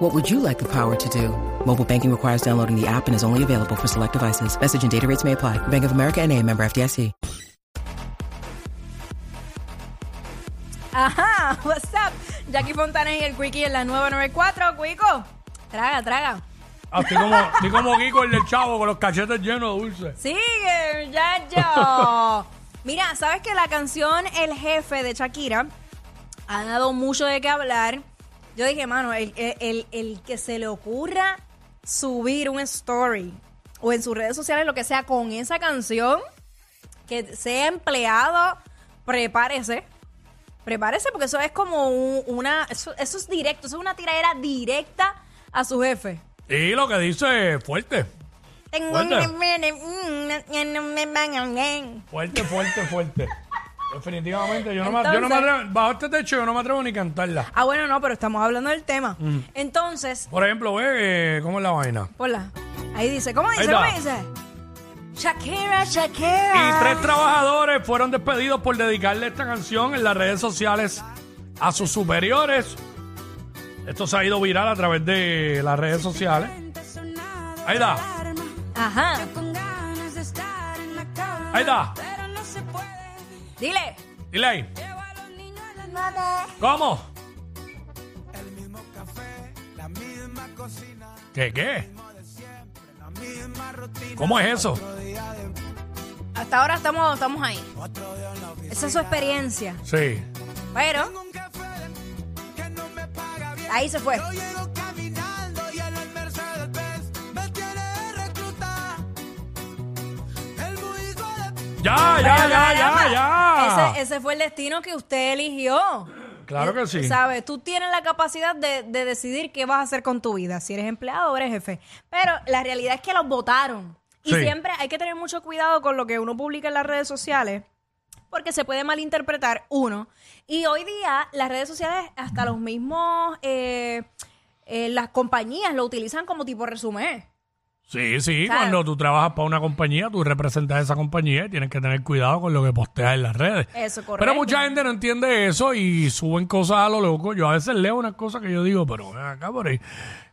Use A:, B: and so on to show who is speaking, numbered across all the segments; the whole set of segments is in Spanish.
A: What would you like the power to do? Mobile banking requires downloading the app and is only available for select devices. Message and data rates may apply. Bank of America and a member FDIC.
B: Ajá, what's up? Jackie Fontanes y el Quickie en la nueva 94, Quico. Traga, traga.
C: Ah, estoy como, estoy como Kiko, el del chavo, con los cachetes llenos de dulce.
B: Sigue, muchacho. Mira, sabes que la canción El Jefe de Shakira ha dado mucho de qué hablar. Yo dije, mano, el, el- el- el que se le ocurra subir un story o en sus redes sociales, lo que sea, con esa canción, que sea empleado, prepárese. Prepárese porque eso es como un- una. Eso, eso es directo, eso es una tiradera directa a su jefe.
C: Y lo que dice es fuerte.
B: Tengo
C: Fuerte.
B: un- mm, no me van a ver.
C: Fuerte, fuerte, fuerte. Definitivamente, yo no, me, yo no me
B: Entonces-
C: atrevo, bajo este techo yo no me atrevo ni cantarla.
B: Ah, bueno, no, pero estamos hablando del tema. Entonces,
C: Por ejemplo, ve, eh, ¿cómo es la vaina?
B: hola. Ahí dice, ¿cómo dice?
C: Ahí
B: ¿Cómo
C: va.
B: dice? Shakira,
C: Y
B: Shakira.
C: tres trabajadores fueron despedidos por dedicarle esta canción en las redes sociales a sus superiores. Esto se ha ido viral a través de las redes sociales. Ahí da,
B: Ajá.
C: ahí da.
B: Dile.
C: Dile ahí. ¿Cómo? ¿Qué qué? ¿Cómo es eso?
B: Hasta ahora estamos, estamos ahí. Esa es su experiencia.
C: Sí.
B: Pero. Ahí se fue.
C: Ya, ya, ya, ya, ya.
B: Ese, ese fue el destino que usted eligió.
C: Claro que sí.
B: ¿Sabes? Tú tienes la capacidad de, de decidir qué vas a hacer con tu vida, si eres empleado o eres jefe. Pero la realidad es que los votaron. Y
C: Sí.
B: siempre hay que tener mucho cuidado con lo que uno publica en las redes sociales, porque se puede malinterpretar uno. Y hoy día las redes sociales, hasta los mismos, eh, eh, las compañías lo utilizan como tipo resumen.
C: Sí, sí.
B: ¿Sabes?
C: Cuando tú trabajas para una compañía, tú representas a esa compañía y tienes que tener cuidado con lo que posteas en las redes.
B: Eso, correcto.
C: Pero mucha gente no entiende eso y suben cosas a lo loco. Yo a veces leo unas cosas que yo digo, pero ven acá por ahí.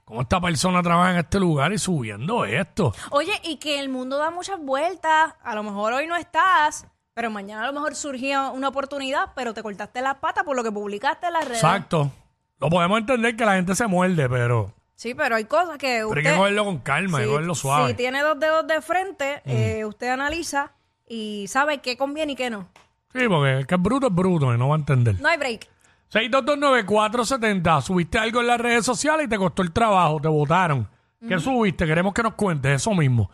C: ¿Cómo esta persona trabaja en este lugar y subiendo esto?
B: Oye, y que el mundo da muchas vueltas. A lo mejor hoy no estás, pero mañana a lo mejor surgía una oportunidad, pero te cortaste las patas por lo que publicaste en las redes.
C: Exacto. Lo podemos entender que la gente se muerde, pero,
B: Sí, pero hay cosas que
C: pero
B: usted...
C: hay que cogerlo con calma, hay
B: si-
C: que cogerlo suave. Mm.
B: Si tiene dos dedos de frente, eh, usted analiza y sabe qué conviene y qué no.
C: Sí, porque el que es bruto es bruto y no va a entender.
B: No hay break.
C: 6229470, subiste algo en las redes sociales y te costó el trabajo, te votaron. ¿Qué subiste? Queremos que nos cuentes eso mismo.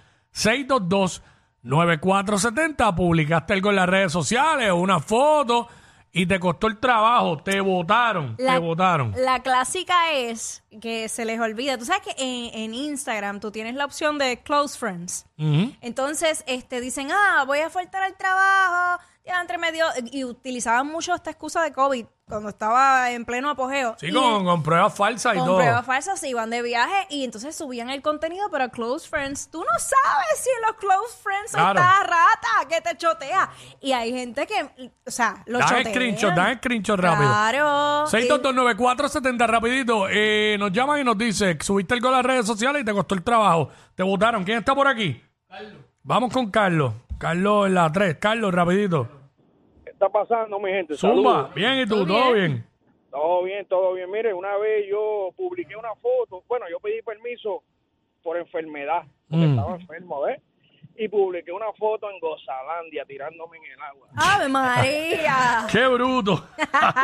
C: 6229470, publicaste algo en las redes sociales, una foto y te costó el trabajo, te votaron, te votaron.
B: La clásica es que se les olvida. Tú sabes que en, en Instagram tú tienes la opción de close friends.
C: Ujú.
B: Entonces, este, dicen, ah, voy a faltar al trabajo, ya entre medio, y utilizaban mucho esta excusa de COVID cuando estaba en pleno apogeo.
C: Sí,
B: Y
C: con, con pruebas falsas y
B: con
C: todo.
B: pruebas falsas se iban de viaje y entonces subían el contenido, pero close friends, tú no sabes si en los close friends
C: Claro.
B: está rata que te chotea. Y hay gente que, o sea, los
C: Dan
B: chotean.
C: screenshot, dan screenshot rápido.
B: Claro.
C: 6229470, rapidito. Eh, nos llaman y nos dice, subiste algo a las redes sociales y te costó el trabajo. Te votaron. ¿Quién está por aquí? Vamos con Carlos. Carlos en la 3. Carlos, rapidito.
D: ¿Qué está pasando, mi gente?
C: Zumba.
D: Saludos.
C: Bien, ¿y
B: ¿Todo
C: tú? ¿Todo
B: bien?
C: bien?
D: Todo bien, todo bien. Mire, una vez yo publiqué una foto, bueno, yo pedí permiso por enfermedad, porque
C: Mm.
D: estaba enfermo, ¿ves? Y publiqué una foto en Gozalandia, tirándome en el agua.
B: Ave María.
C: ¡Qué bruto!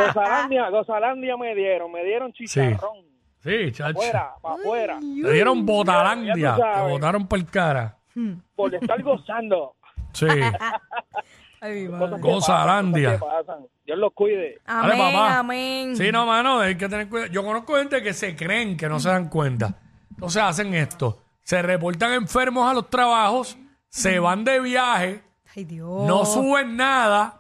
D: Gozalandia, Gozalandia me dieron, me dieron chicharrón.
C: Sí, chacho.
D: Fuera, para afuera,
C: Te dieron
D: Ya
C: botalandia.
D: tú
C: Te
D: sabes.
C: votaron por cara.
D: por estar gozando.
C: Sí.
B: Ay, mi madre.
D: Cosas que pasan,
C: Gozalandia.
D: cosas que pasan. Dios los cuide.
C: Dale,
B: Amén,
C: papá.
B: amén.
C: Sí, no, mano, hay que tener cuidado. Yo conozco gente que se creen que no se dan cuenta. Entonces hacen esto. Se reportan enfermos a los trabajos, se van de viaje,
B: Ay, Dios.
C: no suben nada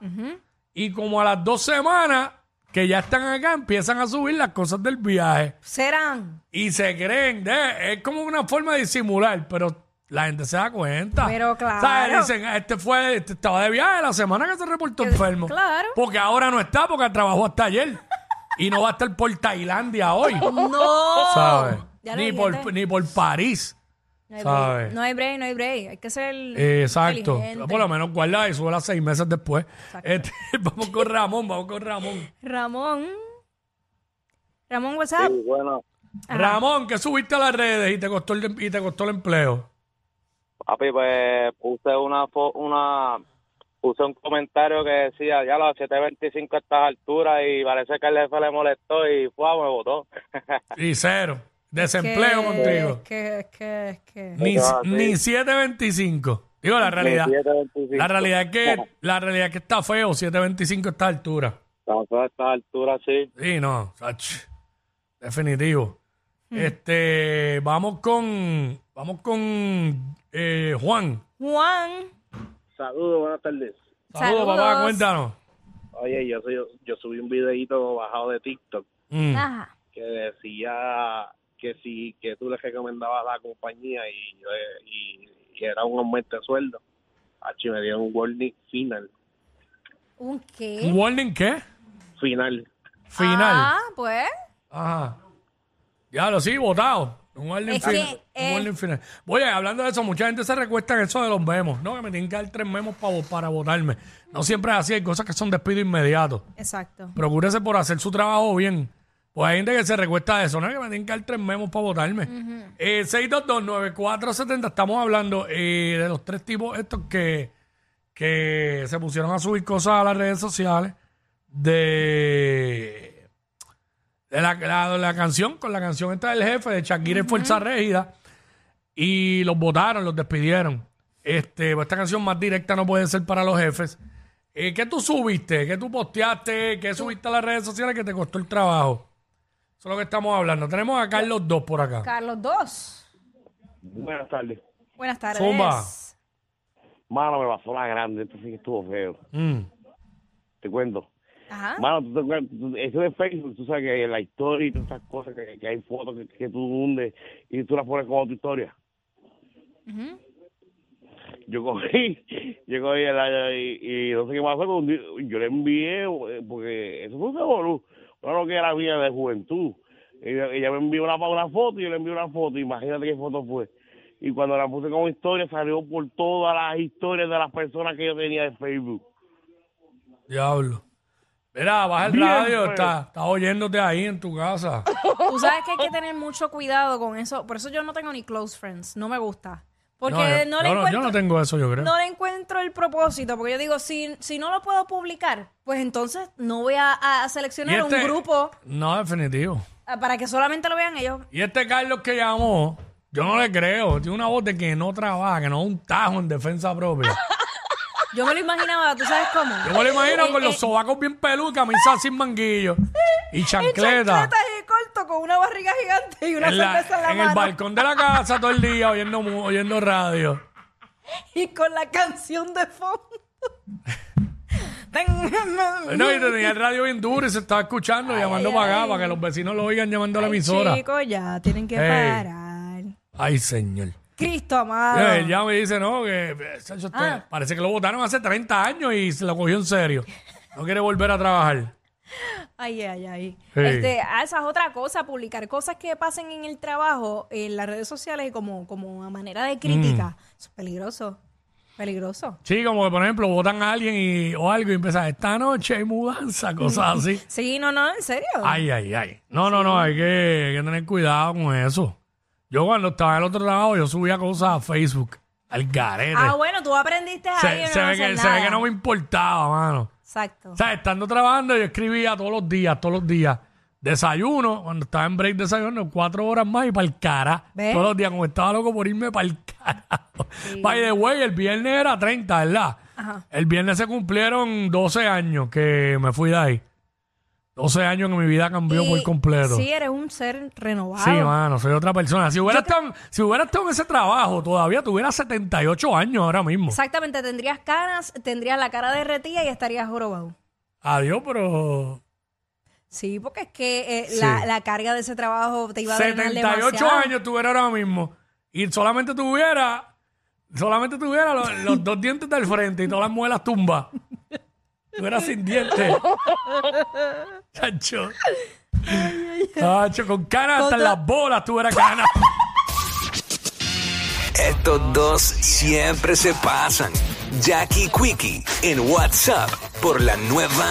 C: y como a las dos semanas que ya están acá empiezan a subir las cosas del viaje
B: Serán.
C: y se creen, de- es como una forma de disimular, pero la gente se da cuenta.
B: Pero claro.
C: ¿Sabes? Dicen, este fue, este estaba de viaje la semana que se reportó enfermo.
B: claro.
C: Porque ahora no está, porque trabajó hasta ayer. y no va a estar por Tailandia hoy.
B: No.
C: ¿Sabes?
B: Ya lo
C: Oh. Ni
B: dijiste.
C: por, ni por París.
B: No hay
C: ¿sabes?
B: break, no hay break, no hay break. Hay que ser.
C: Eh, Exacto.
B: inteligente.
C: Por lo menos guarda y sube las seis meses después. Este, vamos con Ramón, vamos con Ramón.
B: Ramón. Ramón, WhatsApp.
D: Sí, bueno,
C: Ramón, que subiste a las redes y te costó el, y te costó el empleo.
E: Papi, pues puse una fo- una puse un comentario que decía, ya los 725 a estas alturas y parece que el jefe le molestó y fue, me votó.
C: Y cero. Desempleo contigo.
B: Es que, es que, es que.
C: Ni,
E: Ah, sí.
C: ni 7.25. Digo, la realidad.
E: 725.
C: La realidad es que, la realidad es que está feo 7.25 a esta altura.
E: A estas alturas, sí.
C: Sí, no. ach, definitivo.
B: Hmm.
C: Este, vamos con, vamos con eh, Juan.
B: Juan.
D: saludos, buenas tardes.
C: Saludos,
B: Saludos.
C: papá, cuéntanos.
D: Oye, yo, soy, yo subí un videito bajado de TikTok
C: Mm.
B: Ajá.
D: que decía que si que tú le recomendabas a la compañía y, eh, y, y era un aumento de sueldo. Achi, me dieron un warning final.
B: ¿Un
C: ¿Un
B: qué?
C: warning qué?
D: Final.
C: Final.
B: Ah, pues.
C: Ajá. Ya lo sí, votado. Un warning
B: Es
C: final.
B: que,
C: un
B: eh.
C: warning final. Oye, hablando de eso, mucha gente se recuesta en eso de los memos. No, que me tienen que dar tres memos pa vo- para votarme. No siempre es así, hay cosas que son despido inmediato.
B: Exacto.
C: Procúrese por hacer su trabajo bien. Pues hay gente que se recuesta de eso, no, que me tienen que dar tres memos para votarme. Eh, 6229470, estamos hablando eh, de los tres tipos estos que, que se pusieron a subir cosas a las redes sociales de, de la, la- la canción, con la canción esta del jefe de Shakira en Fuerza Régida, y los votaron, los despidieron. Este, pues esta canción más directa no puede ser para los jefes. Eh, ¿Qué tú subiste? ¿Qué tú posteaste? ¿Qué subiste a las redes sociales que te costó el trabajo? Eso es lo que estamos hablando. Tenemos a Carlos dos por acá.
B: Carlos 2.
F: Buenas tardes.
B: Buenas tardes.
C: Zumba.
F: Mano, me pasó la grande, esto sí que estuvo feo.
C: Mm.
F: Te cuento.
B: Ajá.
F: Mano, tú te acuerdas, tú- eso de Facebook, tú sabes que la historia y todas esas cosas, que, que hay fotos que, que tú hundes y tú las pones como tu historia. Yo cogí, yo cogí el y, y no sé qué pasó, con- yo le envié, eh, porque eso fue un revolú, una lo que era mía de juventud. Ella, ella me envió una, una foto y yo le envié una foto, imagínate qué foto fue. Y cuando la puse como historia, salió por todas las historias de las personas que yo tenía de Facebook.
C: Diablo. Mira, baja el
F: Bien,
C: radio,
F: pues.
C: estás está oyéndote ahí en tu casa.
B: Tú sabes que hay que tener mucho cuidado con eso. Por eso yo no tengo ni close friends. No me gusta. Porque
C: yo-
B: no, le
C: yo
B: encuentro,
C: yo no tengo eso, yo creo.
B: no le encuentro el propósito. Porque yo digo, si, si no lo puedo publicar, pues entonces no voy a, a- a
C: Y
B: seleccionar
C: este-
B: un grupo
C: No, definitivo.
B: ah, para que solamente lo vean ellos.
C: Y este Carlos que llamó, yo no le creo. Tiene una voz de que no trabaja, que no es un tajo en defensa propia.
B: Yo me lo imaginaba, ¿tú sabes cómo?
C: Yo me lo imagino
B: Eh,
C: con los
B: eh,
C: sobacos bien peludos, camisa sin manguillo y
B: en
C: chancleta.
B: chancletas y corto con una barriga gigante y una
C: En, la-
B: cerveza en la
C: en
B: mano.
C: el balcón de la casa todo el día oyendo, mu- oyendo radio.
B: Y con la canción de fondo.
C: No, y tenía el radio bien duro y se estaba escuchando, llamando para acá, para que los vecinos lo oigan llamando a la emisora.
B: Chicos, ya tienen que
C: Ey.
B: parar.
C: Ay, señor.
B: Cristo amado.
C: Eh, Él ya me dice, no, que eh, Sancho, usted-
B: Ah.
C: parece que lo votaron hace 30 años y se lo cogió en serio. No quiere volver a trabajar.
B: Ay, ay, ay.
C: Ey.
B: Este, ah, esa es otra cosa, publicar cosas que pasen en el trabajo, en las redes sociales, como, como a manera de
C: Mm.
B: crítica. Eso es peligroso. Peligroso.
C: Sí, como que, por ejemplo, votan a alguien y, o algo y empiezan, esta noche hay mudanza, cosas así.
B: Sí, no, no, en serio.
C: Ay, ay, ay. No, no, no, hay que, hay que tener cuidado con eso. Yo cuando estaba en el otro trabajo, yo subía cosas a Facebook, al garete.
B: ah, bueno, tú aprendiste
C: se,
B: ahí.
C: se
B: no
C: ve
B: hacer
C: que, se ve
B: nada.
C: que no me importaba, mano.
B: Exacto.
C: O sea, estando trabajando, yo escribía todos los días, todos los días. Desayuno, cuando estaba en break desayuno, cuatro horas más y para el cara.
B: ¿Ves?
C: Todos los días, como estaba loco por irme para el cara. By the way, el viernes era 30, ¿verdad?
B: Ajá.
C: El viernes se cumplieron 12 años que me fui de ahí. 12 años en mi vida cambió por
B: Y
C: completo.
B: Sí, eres un ser renovado.
C: Sí, mano, soy otra persona. Si hubiera, estado, en- si hubiera estado en ese trabajo, todavía tuviera 78 años ahora mismo.
B: Exactamente, tendrías canas, tendrías la cara derretida y estarías jorobado.
C: Adiós, pero...
B: Sí, porque es que eh, la,
C: Sí.
B: la carga de ese trabajo te iba a drenar
C: 78
B: demasiado.
C: años tuviera ahora mismo. Y solamente tuviera... Solamente tuviera lo- los, dos dientes del frente y todas las muelas tumbas. Tuviera sin dientes. Chacho. Chacho, con canas hasta en las bolas tuviera canas.
G: Estos dos siempre se pasan. Jackie Quickie en WhatsApp por la nueva